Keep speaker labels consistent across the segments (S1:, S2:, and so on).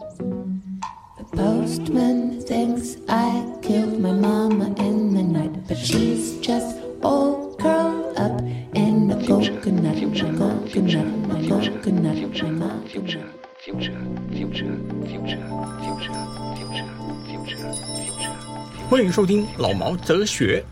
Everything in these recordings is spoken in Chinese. S1: The postman thinks I killed my mama in the night, but she's just all curled up in a coconut, my coconut, my coconut, my mama.
S2: future, future, future, future, future, future, future.
S3: 欢迎收听老毛哲学。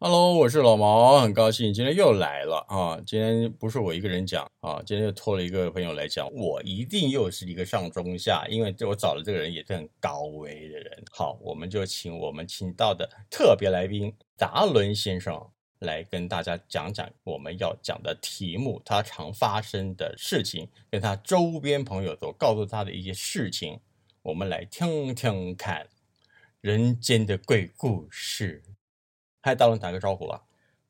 S4: Hello，我是老毛，很高兴今天又来了啊！今天不是我一个人讲啊，今天又托了一个朋友来讲，我一定又是一个上中下，因为我找的这个人也是很高危的人。好，我们就请我们请到的特别来宾达伦先生来跟大家讲讲我们要讲的题目，他常发生的事情，跟他周边朋友所告诉他的一些事情，我们来听听看人间的鬼故事。嗨，大伦打个招呼吧。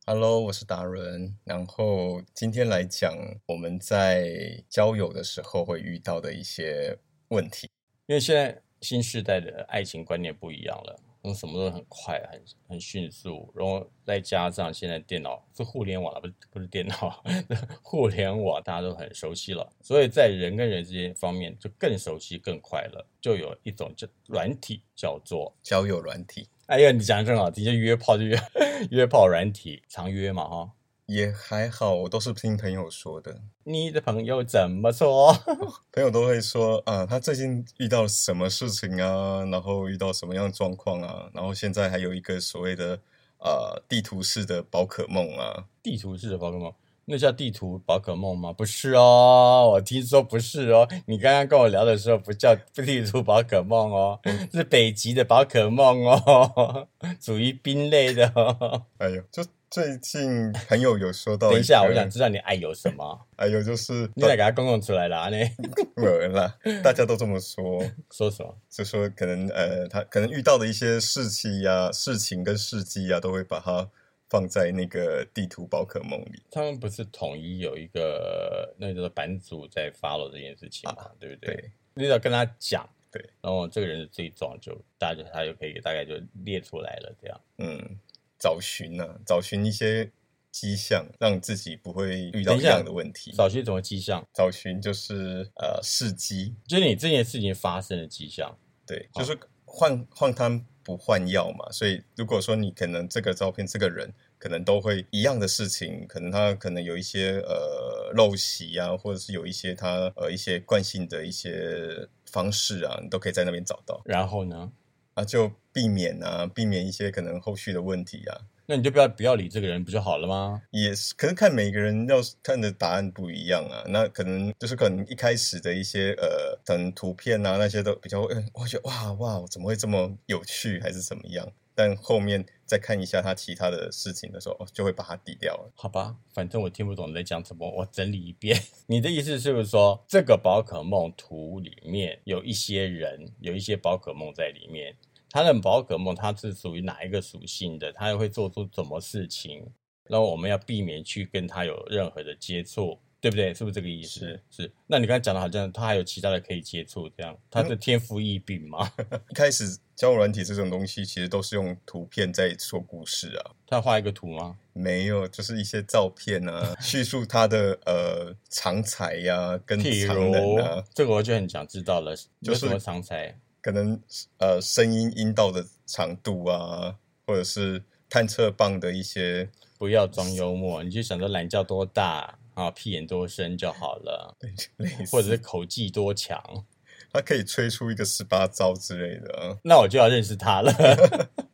S5: Hello，我是达伦。然后今天来讲我们在交友的时候会遇到的一些问题。
S4: 因为现在新时代的爱情观念不一样了，嗯，什么都很快，很很迅速，然后再加上现在电脑是互联网了，不是不是电脑， 互联网大家都很熟悉了，所以在人跟人之间方面就更熟悉、更快了，就有一种就软体叫做
S5: 交友软体
S4: 哎呀，你讲的正好，直接约炮就约 约炮软体，常约嘛哈、
S5: 也还好，我都是听朋友说的，
S4: 你的朋友怎么说？
S5: 朋友都会说啊，他最近遇到什么事情啊，然后遇到什么样的状况啊，然后现在还有一个所谓的呃地图式的宝可梦啊，
S4: 地图式的宝可梦，那叫地图宝可梦吗？不是哦，我听说不是哦。你刚刚跟我聊的时候不叫地图宝可梦哦，是北极的宝可梦哦， 属于冰类的、哦。
S5: 哎呦，就最近朋友有说到，
S4: 等一下，我想，知道你爱有什么，
S5: 哎呦，就是
S4: 你 得给它公公出来了啊？你
S5: 没有啦，大家都这么说。
S4: 说什么？
S5: 就说可能呃，他可能遇到的一些事情呀、事情跟事迹呀、都会把它放在那个地图宝可梦里。
S4: 他们不是统一有一个那个叫做版主在 follow 这件事情嘛，对不啊对？
S5: 对，
S4: 你得跟他讲，
S5: 对，
S4: 然后这个人的罪状就大家他就可以大概就列出来了，这样。
S5: 嗯，找寻啊，找寻一些迹象，让自己不会遇到
S4: 等一
S5: 一
S4: 下
S5: 样的问题。
S4: 找些什么迹象？
S5: 找寻就是呃事迹，
S4: 就是你这件事情发生的迹象。
S5: 对，
S4: 好
S5: 就是换换汤不换药嘛。所以如果说你可能这个照片这个人可能都会一样的事情，可能他可能有一些呃陋习啊，或者是有一些他呃一些惯性的一些方式啊，你都可以在那边找到
S4: 然后呢，
S5: 啊，就避免啊，避免一些可能后续的问题啊。
S4: 那你就不要不要理这个人不就好了吗？
S5: 也是，可是看每个人要是看的答案不一样啊。那可能就是可能一开始的一些呃，可能图片啊那些都比较，嗯， 我觉得哇哇，怎么会这么有趣，还是怎么样？但后面再看一下他其他的事情的时候，哦就会把它抵掉了。
S4: 好吧，反正我听不懂你在讲什么，我整理一遍。 你的意思是不是说，这个宝可梦图里面有一些人，有一些宝可梦在里面？他的宝可梦它是属于哪一个属性的？它又会做出什么事情？然后我们要避免去跟他有任何的接触，对不对？是不是这个意思？
S5: 是
S4: 是。那你刚才讲的好像他还有其他的可以接触，这样
S5: 嗯
S4: 他是天赋异禀吗？
S5: 一开始交友软体这种东西，其实都是用图片在说故事啊，
S4: 他画一个图吗？
S5: 没有就是一些照片啊，叙述他的呃长才呀、跟
S4: 譬
S5: 常
S4: 如
S5: 人啊，，
S4: 这个我就很想知道了，
S5: 就
S4: 有什
S5: 是
S4: 么常才？
S5: 可能呃声音音道的长度啊，或者是探测棒的一些，
S4: 不要装幽默，你就想着懒觉多大啊，屁眼多深就好了，
S5: 类
S4: 或者
S5: 似
S4: 是口技多强，
S5: 它可以吹出一个十八招之类的啊。
S4: 那我就要认识他了。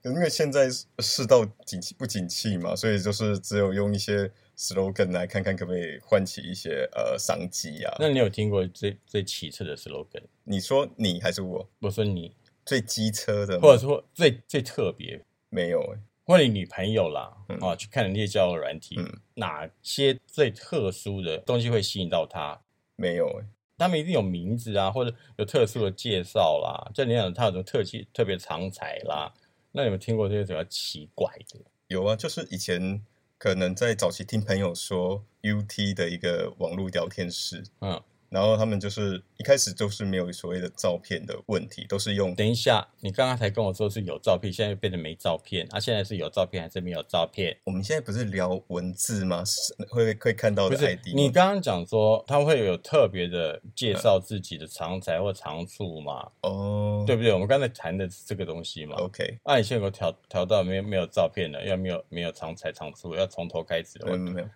S5: 因为现在世道景气不景气嘛，所以就是只有用一些 slogan 来看看可不可以唤起一些呃商机啊。
S4: 那你有听过最最奇特的 slogan？
S5: 你说你还是我
S4: 我说你，
S5: 最机车的吗？
S4: 或者说最最特别，
S5: 没有、欸？
S4: 或者你女朋友啦，
S5: 嗯
S4: 啊，去看人家交友软体，
S5: 嗯
S4: 哪些最特殊的东西会吸引到他？
S5: 没有、欸。
S4: 他们一定有名字啊，或者有特殊的介绍啦。就你想他有什么特技特别长才啦，那你们听过这些比较奇怪的？
S5: 有啊，就是以前可能在早期听朋友说 UT 的一个网络聊天室，
S4: 嗯，
S5: 然后他们就是一开始就是没有所谓的照片的问题，都是用
S4: 等一下，你刚刚才跟我说是有照片，现在又变成没照片，啊，现在是有照片还是没有照片？
S5: 我们现在不是聊文字吗？是会会看到
S4: 不
S5: 的
S4: 是
S5: ID 吗。
S4: 你刚刚讲说他会有特别的介绍自己的长才或长处嘛，
S5: 哦，
S4: 对不对？我们刚才谈的是这个东西嘛。
S5: ，OK，
S4: 那、啊、你现在给我调调到没有没有照片了，要没有没有长才长处，要从头开始了。
S5: 没有没有，
S4: 嗯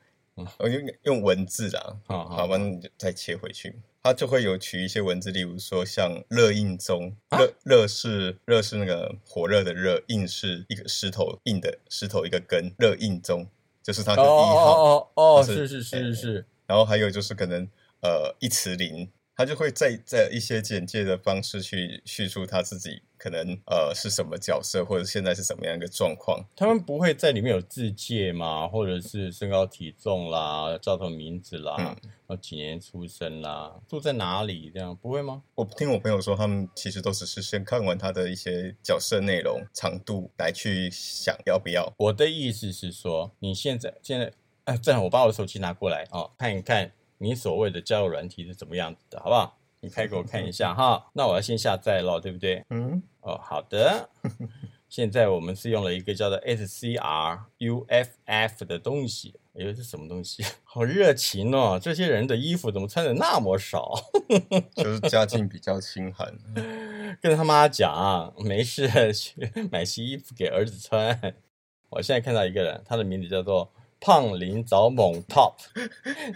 S5: 我用用文字啊啦，
S4: 好好
S5: 好吧，那你就再切回去。它就会有取一些文字，例如说像热印中，
S4: 啊
S5: 热热是热是那个火热的热，印是一个石头印的石头一个根，热印中就是它
S4: 哦
S5: 的一号。
S4: 哦哦哦，
S5: 它
S4: 是
S5: 是
S4: 是是是是，
S5: 然后还有就是可能呃一词零，他就会在在一些简介的方式去叙述他自己可能呃是什么角色，或者现在是什么样一个状况。
S4: 他们不会在里面有自介嘛，或者是身高体重啦、叫什么名字啦、
S5: 嗯
S4: 然后几年出生啦、住在哪里这样，不会吗？
S5: 我听我朋友说，他们其实都只是先看完他的一些角色内容、长度来去想要不要。
S4: 我的意思是说，你现在现在，哎，正好我把我的手机拿过来哦，看一看你所谓的交友软体是怎么样子的，好不好？你开给我看一下哈。那我要先下载咯，对不对？
S5: 嗯，
S4: 哦，好的。 现在我们是用了一个叫做 SCRUFF 的东西，哎呦，这什么东西？ 好热情哦！这些人的衣服怎么穿的那么少？
S5: 就是家境比较清寒，
S4: 跟他妈讲，啊没事 去买新衣服给儿子穿。 我现在看到一个人，他的名字叫做胖林找猛 top，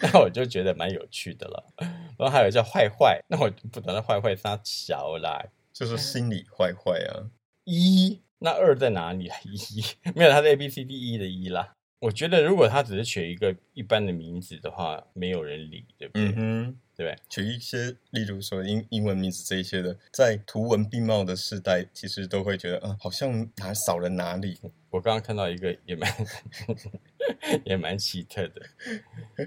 S4: 那我就觉得蛮有趣的了。然后还有叫坏坏，那我不懂得坏坏他小啦，
S5: 就是心里坏坏啊。
S4: 一，那二在哪里啊？ 一没有，它是 A B C D E 的一啦。我觉得如果他只是取一个一般的名字的话，没有人理，对不对？
S5: 嗯哼。
S4: 对不对？
S5: 取一些，例如说英英文名字这一些的，在图文并茂的时代，其实都会觉得啊，好像哪少了哪里。
S4: 我刚刚看到一个也蛮 也蛮奇特的，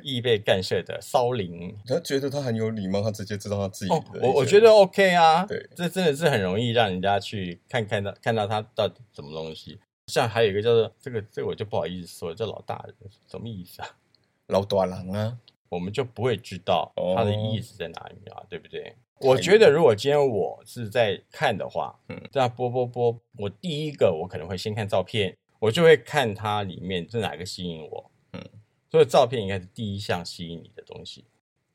S4: 易被干涉的骚灵
S5: 他觉得他很有礼貌，他直接知道他自己的
S4: 哦
S5: 一，些、
S4: 我我觉得 OK 啊，
S5: 对
S4: 这真的是很容易让人家去看看到看到他到底什么东西。像还有一个叫做这个这个我就不好意思说了，这老大人什么意思啊？
S5: 老大郎啊，
S4: 我们就不会知道
S5: 哦
S4: 它的意思在哪里啊，对不对？我觉得如果今天我是在看的话，嗯
S5: 嗯，
S4: 这样播播播，我第一个我可能会先看照片，我就会看它里面是哪个吸引我，嗯
S5: 嗯，
S4: 所以照片应该是第一项吸引你的东西，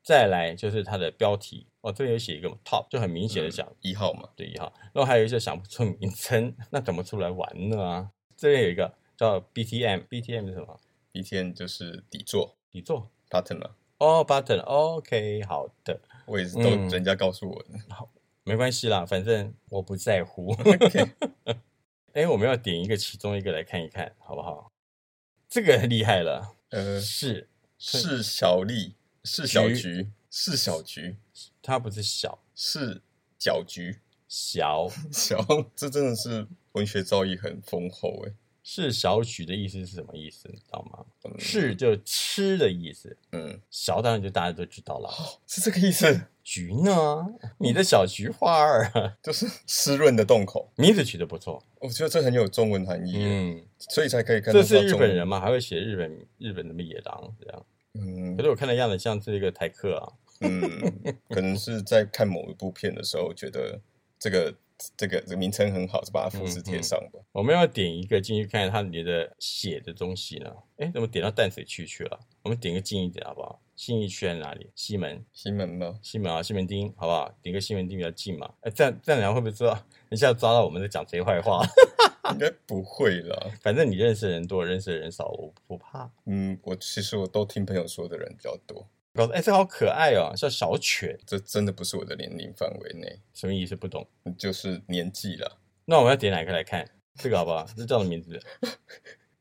S4: 再来就是它的标题，哦，这里有写一个 top，就很明显的讲
S5: 一号嘛，
S4: 对哈，然后还有一些想不出名称，那怎么出来玩呢啊？这边有一个叫 BTM，BTM 是什么？
S5: 一天就是底座
S4: 底座
S5: pattern 嘛，
S4: 哦，button，OK，好的。
S5: 我也是都
S4: 嗯
S5: 人家告诉我的。
S4: 没关系啦，反正我不在乎。
S5: OK
S4: 哎、我们要点一个其中一个来看一看，好不好？这个厉害了，
S5: 呃，
S4: 是
S5: 是小丽，是小
S4: 菊
S5: 菊，是小菊，
S4: 它不是小
S5: 是小菊，
S4: 小
S5: 小，这真的是文学造诣很丰厚欸诶。
S4: 是小曲的意思是什么意思？你知道吗？是就吃的意思，
S5: 嗯，
S4: 小当然就大家都知道了。
S5: 是这个意思，
S4: 菊呢？你的小菊花儿啊，
S5: 就是湿润的洞口。
S4: 名字取得不错。
S5: 我觉得这很有中文含义耶，
S4: 嗯，
S5: 所以才可以看得
S4: 这
S5: 到
S4: 是
S5: 中
S4: 日本人嘛，还会写日本日本什么野狼这样。可
S5: 嗯
S4: 是我看的样子像是一个台客啊。
S5: 嗯，可能是在看某一部片的时候，觉得这个这个这个名称很好，就把它复
S4: 嗯
S5: 制贴上吧。
S4: 我们要点一个进去看它里面的写的东西呢？哎，怎么点到淡水区去了？我们点个近一点好不好？信义区在哪里？西门，
S5: 西门吗？
S4: 西门啊，西门町，好不好？点个西门町比较近嘛。哎，这样这样人家会不会知道？一下抓到我们在讲谁坏话？
S5: 应该不会啦。
S4: 反正你认识的人多，认识的人少，我不怕。
S5: 嗯，我其实我都听朋友说的人比较多，
S4: 告诉哎，这好可爱哦，叫小犬，
S5: 这真的不是我的年龄范围内，
S4: 什么意思？不懂。
S5: 就是年纪啦。
S4: 那我们要点哪个来看？这个好不好？这叫什么名字？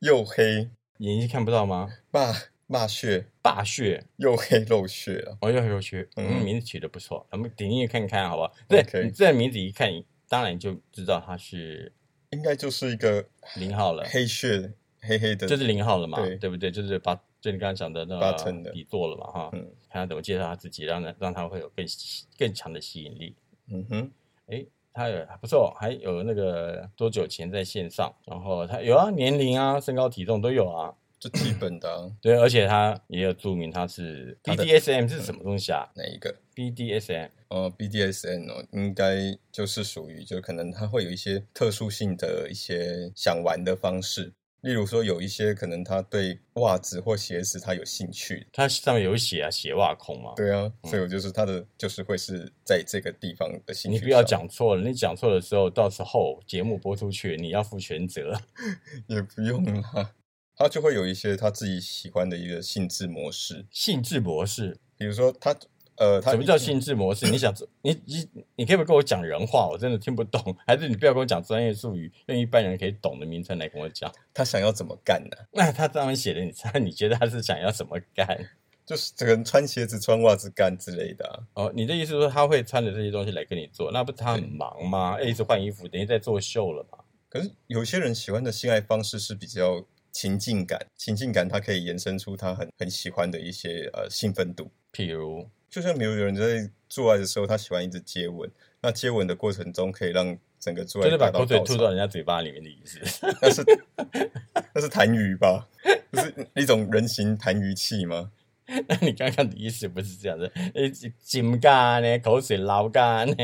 S5: 又黑
S4: 眼睛看不到吗？
S5: 骂骂血，
S4: 霸血，
S5: 又黑露血啊！
S4: 哦，要有趣，嗯，
S5: 嗯
S4: 名字取得不错，咱们点进去看看，好不好？对
S5: OK
S4: 你这名字一看，当然就知道他是
S5: 应该就是一个
S4: 零号了，
S5: 黑血黑黑的，
S4: 就是零号了嘛，
S5: 对
S4: 对不对？就是把就你刚刚讲的那
S5: 八成
S4: 个
S5: 的
S4: 底座了嘛，哈，
S5: 嗯
S4: 看他怎么介绍他自己，让他让他会有更吸更强的吸引力。
S5: 嗯哼，
S4: 诶，他有还不错，还有那个多久前在线上，然后他有啊，年龄啊、身高、体重都有啊，
S5: 就基本的、啊、
S4: 对，而且他也有注明他是
S5: 他的
S4: BDSM 是什么东西啊？
S5: 哪一个？
S4: BDSM
S5: 呃，BDSN 哦，应该就是属于，就可能它会有一些特殊性的一些想玩的方式，例如说有一些可能他对袜子或鞋子他有兴趣，
S4: 它上面有写啊，鞋袜控嘛。
S5: 对啊，所以我就是他的就是会是在这个地方的兴趣。
S4: 你不要，讲错了，你讲错的时候，到时候节目播出去，你要负全责。
S5: 也不用啦，他就会有一些他自己喜欢的一个性质模式，
S4: 性质模式，
S5: 比如说他呃，他
S4: 什么叫性质模式？你想，你你你可不可以跟我讲人话？我真的听不懂。还是你不要跟我讲专业术语，用一般人可以懂的名称来跟我讲？
S5: 他想要怎么干呢、
S4: 那他上面写的，你猜，你觉得他是想要怎么干？
S5: 就是这个人穿鞋子、穿袜子干之类的、啊。
S4: 哦，你的意思说他会穿着这些东西来跟你做，那不是他很忙吗？哎一直换衣服，等于在作秀了嘛？
S5: 可是有些人喜欢的性爱方式是比较情境感，情境感它可以延伸出他很很喜欢的一些呃兴奋度。
S4: 譬如，
S5: 就像比如有人在做爱的时候，他喜欢一直接吻，那接吻的过程中可以让整个做爱
S4: 就是把
S5: 达到
S4: 口水
S5: 高
S4: 吐
S5: 潮
S4: 到人家嘴巴里面的意思。
S5: 那是那是痰盂吧？ 就是一种人形痰盂器吗？
S4: 那你刚刚的意思不是这样的，呃，井干呢，口水捞干呢，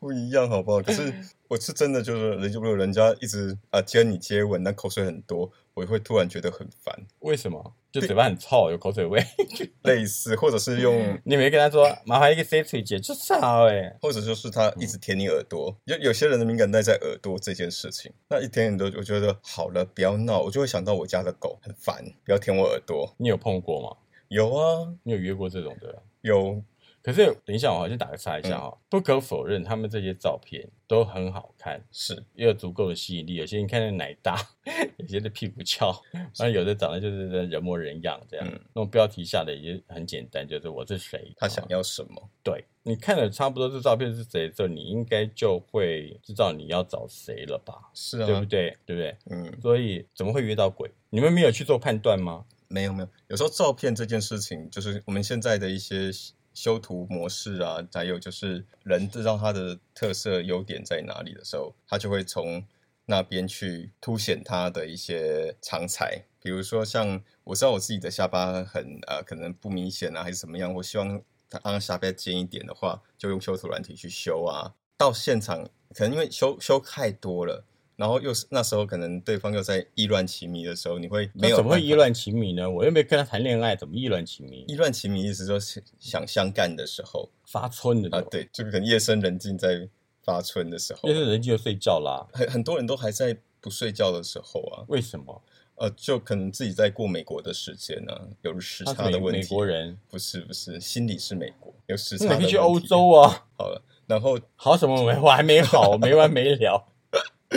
S5: 不一样，好不好？可是我是真的就是，人就如果人家一直啊、接你接吻，那口水很多，我会突然觉得很烦，
S4: 为什么？就嘴巴很臭，有口水味。
S5: 类似或者是用
S4: 你没跟他说，麻烦一个 C 嘴姐就少哎，
S5: 或者就是他一直舔你耳朵，有有些人的敏感带在耳朵这件事情，那一舔耳朵，我觉得好了，不要闹，我就会想到我家的狗很烦，不要舔我耳朵。
S4: 你有碰过吗？
S5: 有啊，
S4: 你有约过这种的？
S5: 有，
S4: 可是等一下，我好像打个岔一下
S5: 嗯
S4: 哈、不可否认，他们这些照片都很好看，
S5: 是
S4: 也有足够的吸引力。有些你看那奶大， 有些的屁股翘，那有的长得就是人模人样这样。
S5: 嗯
S4: 那种标题下的也很简单，就是我是谁，
S5: 他想要什么？
S4: 对你看了差不多这照片是谁之后，你应该就会知道你要找谁了吧？
S5: 是
S4: 对不
S5: 啊，
S4: 对？对不对？
S5: 嗯，
S4: 所以怎么会约到鬼？你们没有去做判断吗？
S5: 没有没有，有时候照片这件事情，就是我们现在的一些修图模式啊，还有就是人知道他的特色优点在哪里的时候，他就会从那边去凸显他的一些长才。比如说，像我知道我自己的下巴很呃，可能不明显啊，还是怎么样，我希望他让下巴尖一点的话，就用修图软体去修啊。到现场，可能因为修修太多了。然后又是那时候，可能对方又在意乱情迷的时候，你会没
S4: 那
S5: 有
S4: 怎么会
S5: 办法
S4: 意乱情迷呢？我又没跟他谈恋爱，怎么意乱情迷？
S5: 意乱情迷意思就是想相干的时候
S4: 发春的
S5: 啊，
S4: 对吧？
S5: 对，就可能夜深人静在发春的时候
S4: 夜，深人静就睡觉啦。
S5: 很很多人都还在不睡觉的时候啊，
S4: 为什么？
S5: 呃，就可能自己在过美国的时间呢、啊，有时
S4: 他
S5: 差
S4: 是美
S5: 的问题。
S4: 美国人，
S5: 不是不是，心里是美国，有时差
S4: 那
S5: 的
S4: 你可
S5: 问题。
S4: 以去欧洲啊。
S5: 好了，然后
S4: 好什么没？我还没好，没完没 了。
S5: 啊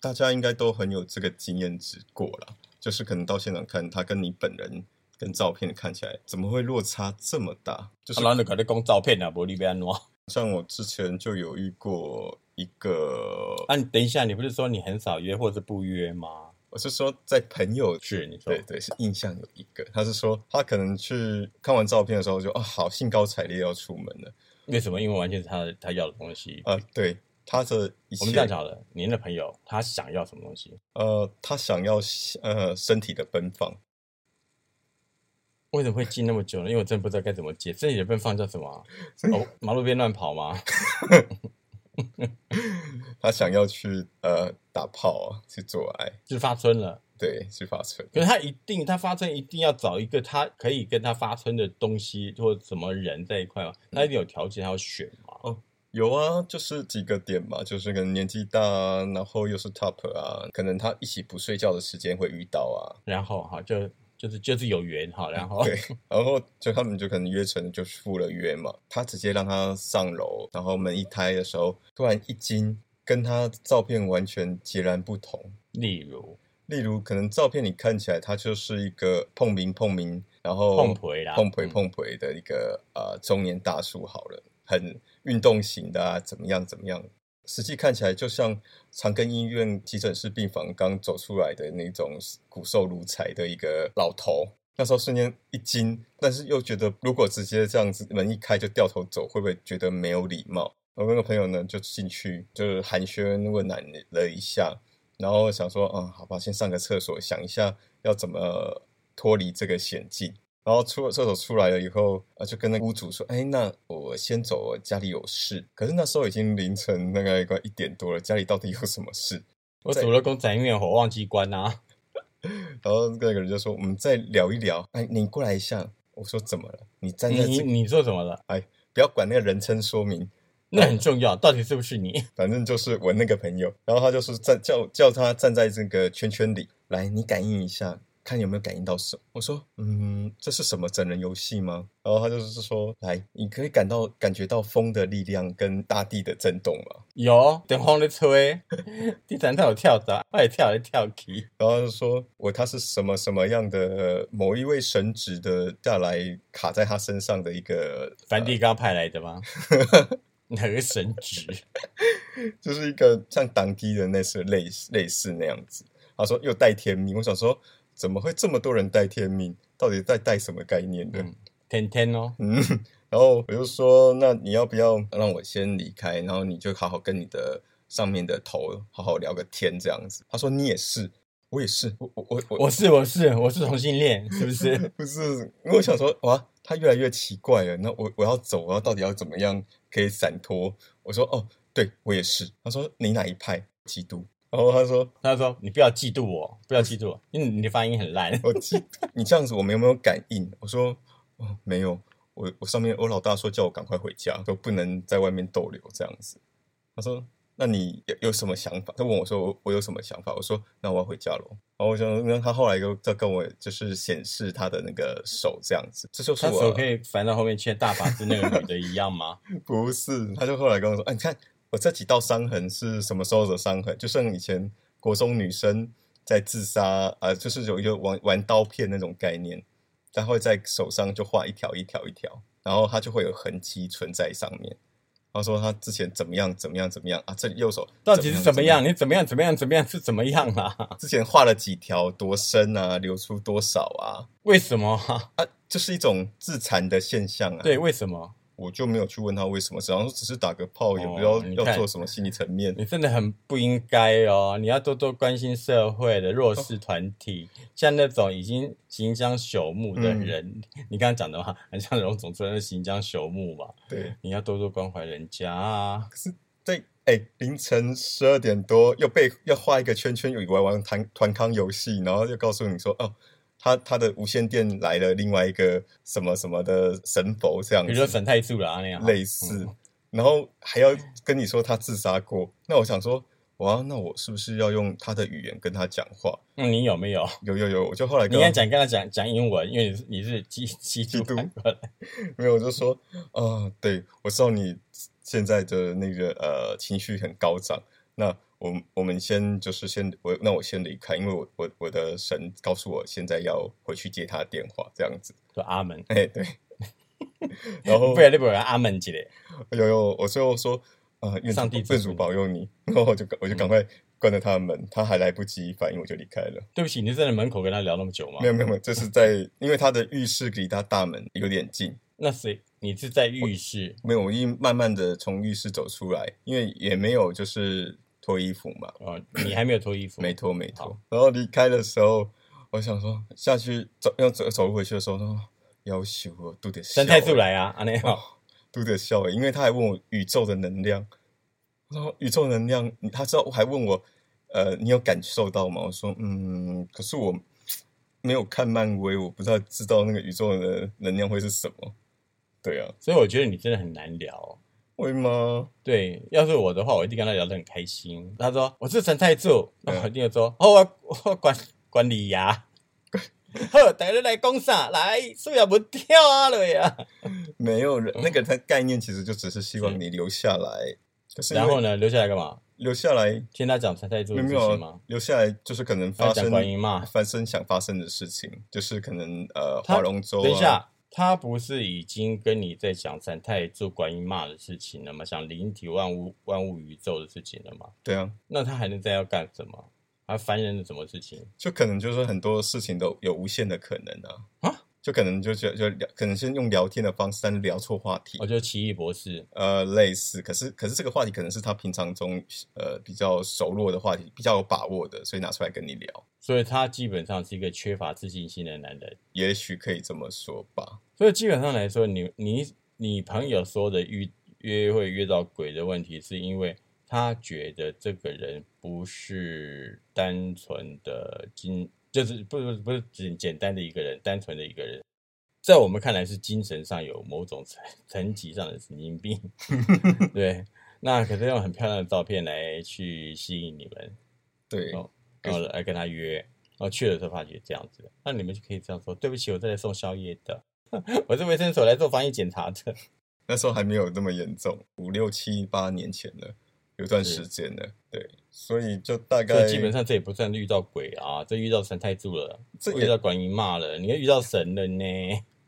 S5: 大家应该都很有这个经验值过了，就是可能到现场看他跟你本人跟照片看起来怎么会落差这么大？就是
S4: 然后搞得公照片 啊，玻璃被安诺。
S5: 像我之前就有遇过一个
S4: 啊，你等一下，你不是说你很少约或是不约吗？
S5: 我是说在朋友，
S4: 是，你说
S5: 对对，是印象有一个，他是说他可能去看完照片的时候就啊，好兴高采烈要出门了
S4: 为什么？因为完全是他的他要的东西。
S5: 啊，对他的一
S4: 我们这样
S5: 切
S4: 讲好了，您的朋友他想要什么东西？
S5: 呃，他想要呃身体的奔放，
S4: 为什么会记那么久呢？因为我真的不知道该怎么接。这里的奔放叫什么 啊？哦，马路边乱跑吗？
S5: 他想要去呃打炮啊，去做爱，
S4: 就是发春了。
S5: 对，去发春，
S4: 可是他一定，他发春一定要找一个他可以跟他发春的东西或者什么人在一块嘛，他一定有条件，他要选嘛。
S5: 有啊，就是几个点嘛，就是可能年纪大、啊，然后又是 top 啊，可能他一起不睡觉的时间会遇到啊，
S4: 然后哈，就就是就是有缘哈，然后
S5: 对，然后就他们就可能约成就赴了约嘛，他直接让他上楼，然后门一开的时候，突然一惊，跟他照片完全截然不同。
S4: 例如
S5: 例如，可能照片你看起来他就是一个碰名碰名，然后
S4: 碰腿啦，
S5: 碰腿
S4: 嗯
S5: 碰腿的一个呃中年大叔好了，很运动型的啊，怎么样怎么样？实际看起来就像长庚医院急诊室病房刚走出来的那种骨瘦如柴的一个老头。那时候瞬间一惊，但是又觉得如果直接这样子门一开就掉头走，会不会觉得没有礼貌？我那个朋友呢就进去就是寒暄问暖了一下，然后想说，嗯，好吧，先上个厕所，想一下要怎么脱离这个险境。然后出了厕所出来了以后，啊，就跟那个屋主说：“哎，那我先走，我家里有事。”可是那时候已经凌晨大概快一点多了，家里到底有什么事？
S4: 我煮了公仔面，我忘记关啊啦、
S5: 然后那个人就说：“我们再聊一聊。”哎，你过来一下。我说：“怎么了？你站
S4: 你
S5: 在
S4: 你
S5: 这，
S4: 你做什么了？
S5: 哎，不要管那个人称说明，
S4: 那很重要，到底是不是你？
S5: 反正就是我那个朋友。”然后他就是站叫叫他站在这个圈圈里来，你感应一下。看有没有感应到什么？我说，嗯，这是什么整人游戏吗？然后他就是说，来，你可以感到感觉到风的力量跟大地的震动吗？
S4: 有，等风在吹， 地毯在有跳闸，我也跳来跳去。
S5: 然后他就说我他是什么什么样的呃某一位神职的下来卡在他身上的一个，
S4: 梵蒂冈派来的 吗？哪个神职？
S5: 就是一个像当机的那是类似类似那样子。他说又带天命，我想说怎么会这么多人带天命？到底在带什么概念呢？
S4: 嗯天天哦，
S5: 嗯， 然后我就说，那你要不要让我先离开？然后你就好好跟你的上面的头好好聊个天这样子。他说你也是，我也是，我我我我
S4: 我是我是我是同性恋，是不 是？
S5: 不是，因为我想说，哇，他越来越奇怪了。那我我要走，我要到底要怎么样可以闪脱？我说，哦，对我也是。他说你哪一派？基督。然后他说
S4: 他说你不要嫉妒我，不要嫉妒我，因为你的发音很烂。
S5: 我基， 你这样子我们有没有感应？我说哦，没有。我我上面我老大说叫我赶快回家，说不能在外面逗留这样子。他说那你有有什么想法？他问我说我我有什么想法？我说那我要回家喽。然后我想，那他后来又再跟我就是显示他的那个手这样子，这就是
S4: 他
S5: 我
S4: 手可以反到后面去，大法师那个女的一样吗？
S5: 不是，他就后来跟我说：“哎、你看我这几道伤痕是什么时候的伤痕？就像以前国中女生在自杀啊、呃就是有一个玩玩刀片那种概念，他会在手上就画一条一条一条，然后它就会有痕迹存在上面。”他说他之前怎么样怎么样怎么样啊？这里右手
S4: 到底是怎么 样？？你怎么样？怎么样？怎么样？是怎么样啊？
S5: 之前画了几条，多深啊，流出多少啊？
S4: 为什么啊？
S5: 啊，就是一种自残的现象啊。
S4: 对，为什么？
S5: 我就没有去问他为什么，然后只是打个炮，也不知道
S4: 哦你看
S5: 要做什么心理层面。
S4: 你真的很不应该哦！你要多多关心社会的弱势团体，
S5: 哦
S4: 像那种已经行将朽木的人，
S5: 嗯
S4: 你刚刚讲的话，很像荣总说的行将朽木嘛，
S5: 对，
S4: 你要多多关怀人家啊！
S5: 对，哎，凌晨十二点多又被要画一个圈圈，以为玩团团康游戏，然后又告诉你说，哦，他他的无线电来了另外一个什么什么的神佛这样
S4: 比如说嗯
S5: 子，
S4: 沈太素啦那样，
S5: 类似，然后还要跟你说他自杀过，那我想说，哇，那我是不是要用他的语言跟他讲话？
S4: 嗯，你有没 有？
S5: 有有有，我就后来
S4: 你
S5: 跟
S4: 应
S5: 他
S4: 该讲跟他讲讲英文，因为你是你是基基督
S5: 督
S4: 反过来，
S5: 没有，我就说啊、对我知道你现在的那个呃情绪很高涨，那我们我们先就是先我那我先离开，因为我我我的神告诉我现在要回去接他的电话这样子，
S4: 说阿门，
S5: 哎对，然 后
S4: 不然你不然阿门之类。
S5: 有有我最后说啊、呃愿
S4: 上帝
S5: 主
S4: 赐
S5: 愿主
S4: 福
S5: 保佑你，然后我就我就赶快关了他的门，他还来不及反应我就离开了。
S4: 对不起，你是在门口跟他聊那么久吗
S5: 没？有没有没有，这是在因为他的浴室离他大门有点近，
S4: 那谁？你是在浴室？
S5: 没有，我一慢慢的从浴室走出来，因为也没有就是脱衣服嘛，
S4: 哦，你还没有脱衣服？
S5: 没脱没脱
S4: 好。
S5: 然后离开的时候，我想说下去走要走走路回去的时候，说要求我都得笑
S4: 沈
S5: 欸，
S4: 太素来啊，阿内
S5: 哦
S4: 好。，
S5: 都得笑欸，因为他还问我宇宙的能量，然后宇宙能量，他知道还问我，呃，你有感受到吗？我说嗯，可是我没有看漫威，我不知道知道那个宇宙的能量会是什么。对啊，
S4: 所以我觉得你真的很难聊。
S5: 会吗？
S4: 对，要是我的话，我一定跟他聊得很开心。他说我是陈太柱，
S5: 嗯
S4: 那我一定会说哦，我我管管理呀。 好，大家来讲啥？来，是不是不跳啊了呀？
S5: 没有人，那个它概念其实就只是希望你留下来。可是因为
S4: 然后呢，留下来干嘛？
S5: 留下来
S4: 听他讲陈太柱
S5: 没
S4: 的
S5: 有
S4: 事
S5: 没
S4: 情
S5: 有
S4: 吗？
S5: 留下来就是可能
S4: 他
S5: 发
S4: 讲
S5: 生
S4: 观音嘛？
S5: 发生想发生的事情，就是可能呃
S4: 他
S5: 划龙舟、啊。
S4: 等一，下，他不是已经跟你在讲三太做观音骂的事情了吗？讲灵体万物万物宇宙的事情了吗？
S5: 对啊，
S4: 那他还能再要干什么？还烦人的什么事情？
S5: 就可能就是很多事情都有无限的可能啊
S4: 啊，
S5: 就可能就就就聊，可能先用聊天的方式，但是聊错话题
S4: 我，觉得奇异博士，
S5: 呃，类似。可是可是这个话题可能是他平常中呃比较熟络的话题，比较有把握的，所以拿出来跟你聊，
S4: 所以他基本上是一个缺乏自信心的男人。
S5: 也许可以这么说吧。
S4: 所以基本上来说，你你你朋友说的遇约会遇到鬼的问题，是因为他觉得这个人不是单纯的精，就是不不不是简简单的一个人，单纯的一个人，在我们看来是精神上有某种层层级上的神经病， 对。那可是用很漂亮的照片来去吸引你们，
S5: 对，
S4: 哦然后来跟他约，然后去了之后发觉这样子，那你们就可以这样说：对不起，我这来送宵夜的， 我是卫生所来做防疫检查的。
S5: 那时候还没有那么严重，五六七八年前了，有段时间了。对，所以就大
S4: 所
S5: 概
S4: 以基本上这也不算遇到鬼啊，这遇到神太助了，
S5: 这
S4: 遇
S5: 也
S4: 到管姨骂了，你又遇到神了呢。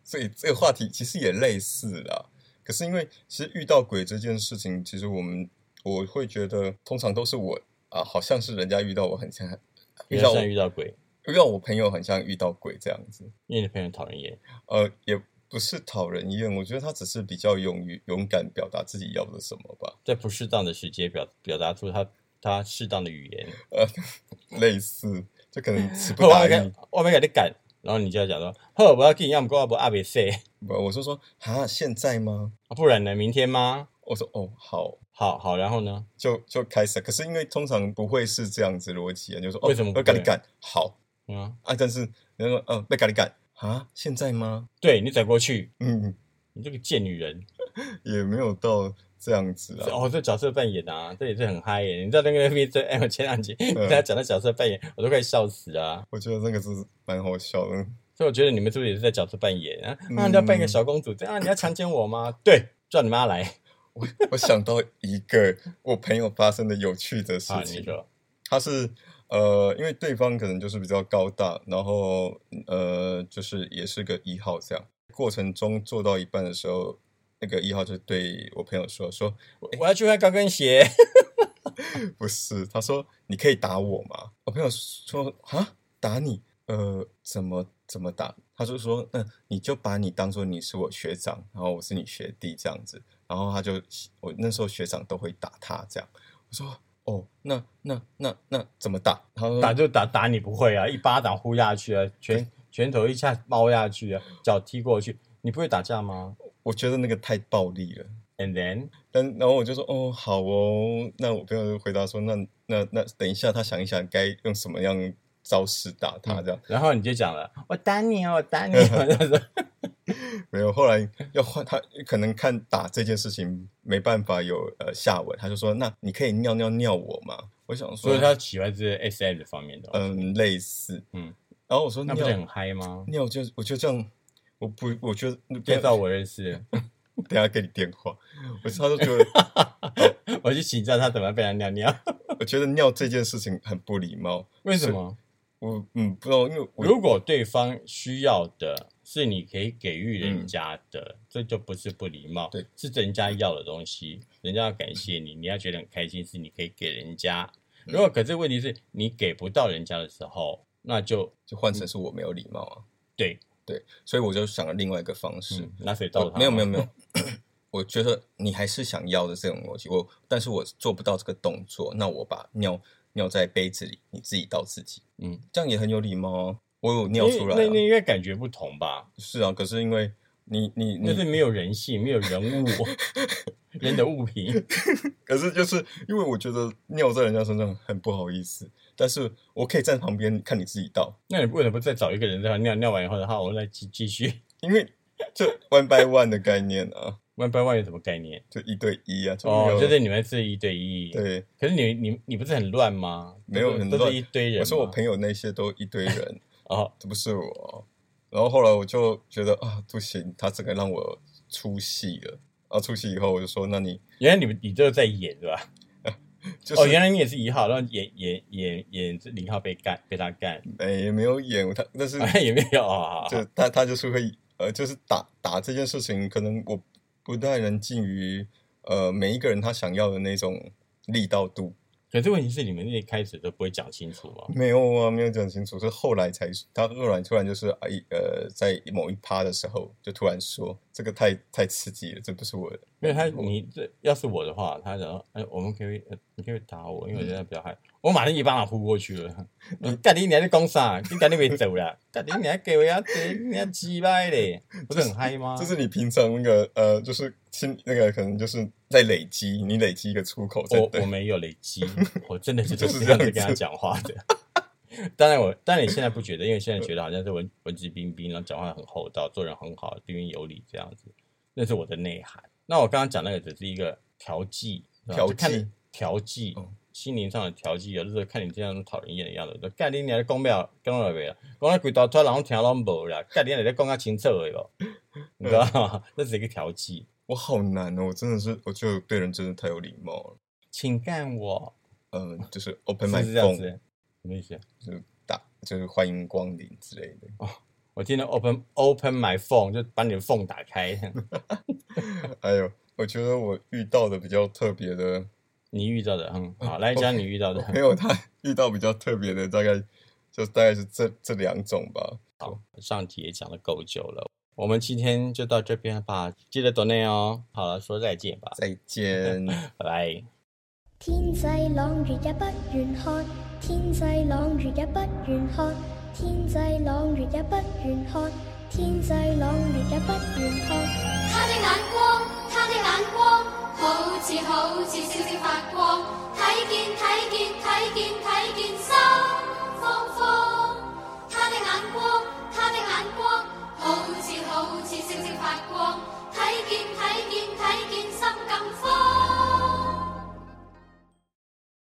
S5: 所以这个话题其实也类似啦。可是因为其实遇到鬼这件事情，其实我们我会觉得，通常都是我啊，好像是人家遇到我很像 遇
S4: 也
S5: 到我
S4: 算遇到鬼，
S5: 遇到我朋友很像遇到鬼这样子。
S4: 因为你朋友讨人厌，
S5: 呃，也不是讨人厌，我觉得他只是比较勇于勇敢表达自己要的什么吧。
S4: 在不适当的时间表表达出他他适当的语言，
S5: 呃， 类似就可能词不
S4: 我
S5: 达
S4: 没
S5: 意
S4: 给。，我没给你赶，然后你就要讲说，呵，我要跟你要么跟我不啊阿北塞，
S5: 不我说说啊，现在吗？
S4: 啊不然呢，明天吗？
S5: 我说哦，好，
S4: 好好，然后呢？
S5: 就就开始了。可是因为通常不会是这样子逻辑啊，就说哦，
S4: 为什么不
S5: 要赶
S4: 会
S5: 紧赶好
S4: 嗯啊，
S5: 啊？但是人家说嗯，被赶紧赶啊，现在吗？
S4: 对你转过去，
S5: 嗯，
S4: 你这个贱女人！
S5: 也没有到这样子啊。
S4: 哦，这角色扮演啊，这也是很嗨耶！你知道那个 V 真 M 前两集，
S5: 嗯
S4: 大家讲到角色扮演，我都快笑死了啊、
S5: 我觉得那个是蛮好笑的。
S4: 所以我觉得你们是不是也是在角色扮演啊？啊，
S5: 嗯
S4: 你要扮一个小公主，这样、啊、你要强奸我吗？对，叫你妈来
S5: 我我想到一个我朋友发生的有趣的事
S4: 啊！
S5: 情
S4: 你，说
S5: 他是呃，因为对方可能就是比较高大，然后呃，就是也是个一号这样。过程中做到一半的时候，那个一号就对我朋友说：“说
S4: 我我要去换高跟鞋，
S5: 不是，他说你可以打我吗？”我朋友说：“啊，打你？呃，怎么怎么打？”他就说：“嗯、你就把你当做你是我学长，然后我是你学弟这样子。”然后他就我那时候学长都会打他这样。我说：“哦，那那那那怎么打？”他说：“
S4: 打就打，打你不会啊！一巴掌呼下去啊，拳拳头一下猫下去啊，脚踢过去，你不会打架吗
S5: 我觉得那个太暴力了。
S4: ？And then
S5: 但然后我就说，哦，好哦。那我朋友就回答说，那那那等一下，他想一想该用什么样招式打他这样。
S4: 然后你就讲了，我打你哦，我打你哦， 就是
S5: 没有，后来要换他，可能看打这件事情没办法有呃下文，他就说，那你可以尿尿尿我吗？我想说，
S4: 所以他喜欢这 S M 方面的，
S5: 嗯类似
S4: 嗯
S5: 嗯，然后我说
S4: 那
S5: 尿
S4: 不是很嗨吗？
S5: 尿就我就这样，我不我觉得
S4: 介绍我认识，
S5: 等一下给你电话，我他就觉得。
S4: 我去请教他怎么被他尿尿。
S5: 我觉得尿这件事情很不礼貌。
S4: 为什么？
S5: 我嗯不知道，因为我
S4: 如果对方需要的是你可以给予人家的，这就不是不礼貌，
S5: 嗯对，嗯
S4: 是人家要的东西，人家要感谢你，你要觉得很开心，是你可以给人家。如果可是问题是你给不到人家的时候，那就
S5: 就换成是我没有礼貌啊。
S4: 对，
S5: 对，所以我就想了另外一个方式。
S4: 嗯拿水倒
S5: 我
S4: 他。
S5: 哦没有没有，没有， 我觉得你还是想要的这种逻辑，我但是我做不到这个动作，那我把尿尿在杯子里，你自己倒自己，
S4: 嗯，
S5: 这样也很有礼貌哦。我有
S4: 因
S5: 尿
S4: 为
S5: 出来、
S4: 那那
S5: 啊，
S4: 应该感觉不同吧？
S5: 是啊，可是因为你你
S4: 那是
S5: 你，
S4: 没有人性，没有人 物，人的物品。
S5: 可是就是因为我觉得尿在人家身上很不好意思，但是我可以站旁边看你自己倒，
S4: 那你为什么再找一个人在他尿尿完以后，然后我们再继继续
S5: 因为就 one by one 的概念啊。
S4: ？One by one 有什么概念？
S5: 就一对一啊，就没
S4: 哦，
S5: 有
S4: 就是你们是一对一。。
S5: 对，
S4: 可是你你你不是很乱吗？
S5: 没有很
S4: 都
S5: 乱
S4: 是一堆人吗。
S5: 我说我朋友那些都一堆人，
S4: 哦，
S5: 这不是我。然后后来我就觉得啊，不行，他整个让我出戏了。然后出戏以后，我就说，那你
S4: 原来你们你都在演是吧？
S5: 就是、
S4: 哦，原来你也是一号，然后演演演演这零号被干被他干，
S5: 哎没有演他，但是
S4: 也没有啊。
S5: 就他他就是会呃，就是打打这件事情，可能我不太能尽于呃每一个人他想要的那种力道度。
S4: 可是问题是，你们一开始都不会讲清楚嘛？
S5: 没有啊，没有讲清楚，是后来才他后来突然就是啊一呃，在某一趴的时候就突然说这个太太刺激了，这不是我的，
S4: 因为他你这要是我的话，他讲说哎，我们可以，呃你可以打我，因为我现在比较害，我马上一巴掌呼过去了。你干你娘在讲啥？你干你没走啦？干你娘给我呀，这你娘鸡掰嘞！不是很嗨吗？
S5: 这是你平常那个呃，就是心那个可能就是在累积，你累积一个出口在
S4: 我
S5: 对
S4: 我没有累 积，我真的是
S5: 就是
S4: 这
S5: 这
S4: 样
S5: 样
S4: 子
S5: 子
S4: 跟他讲话的。 当然我，当然你现在不觉得，因为现在觉得好像是文文质彬彬，然后讲话很厚道，做人很好，彬彬有礼这样子，那是我的内涵。那我刚刚讲那个只是一个调剂，是吧
S5: 调剂
S4: 就看你调剂
S5: 嗯，
S4: 心灵上的调剂，有的时候看你这样讨人厌的样子，我就干你娘讲不了，讲了袂啦，啊讲了几大串人拢听拢无啦，干你娘在讲较清楚的咯，你知道吗？ 那只是一个调剂，
S5: 我好难哦，我真的是，我觉得对人真的太有礼貌了。
S4: 请干我，
S5: 嗯、就是 open
S4: 是不
S5: my
S4: 是这样
S5: phone，
S4: 子？什么意思？
S5: 就是打，就是欢迎光临之类的。
S4: 我听到 open open my phone 就把你的 phone 打开。
S5: 还有，哎我觉得我遇到的比较特别的，
S4: 你遇到的，嗯，好，来讲你遇到的。
S5: 没有他遇到比较特别的，大概就大概是这这两种吧。
S4: 嗯上集也讲的够久了，我们今天就到这边吧，记得 donate 哦。好了，说再见吧，
S5: 再见。
S4: 拜拜。
S6: 天际朗月也不愿看，天际朗月也不愿看，天际朗月也不愿看，天际朗月也不愿看。
S7: 他的眼光，他的眼光，好似好似閃閃發光，睇見睇見睇見睇見心慌慌。他的眼光，他的眼光，好似好似閃閃發光，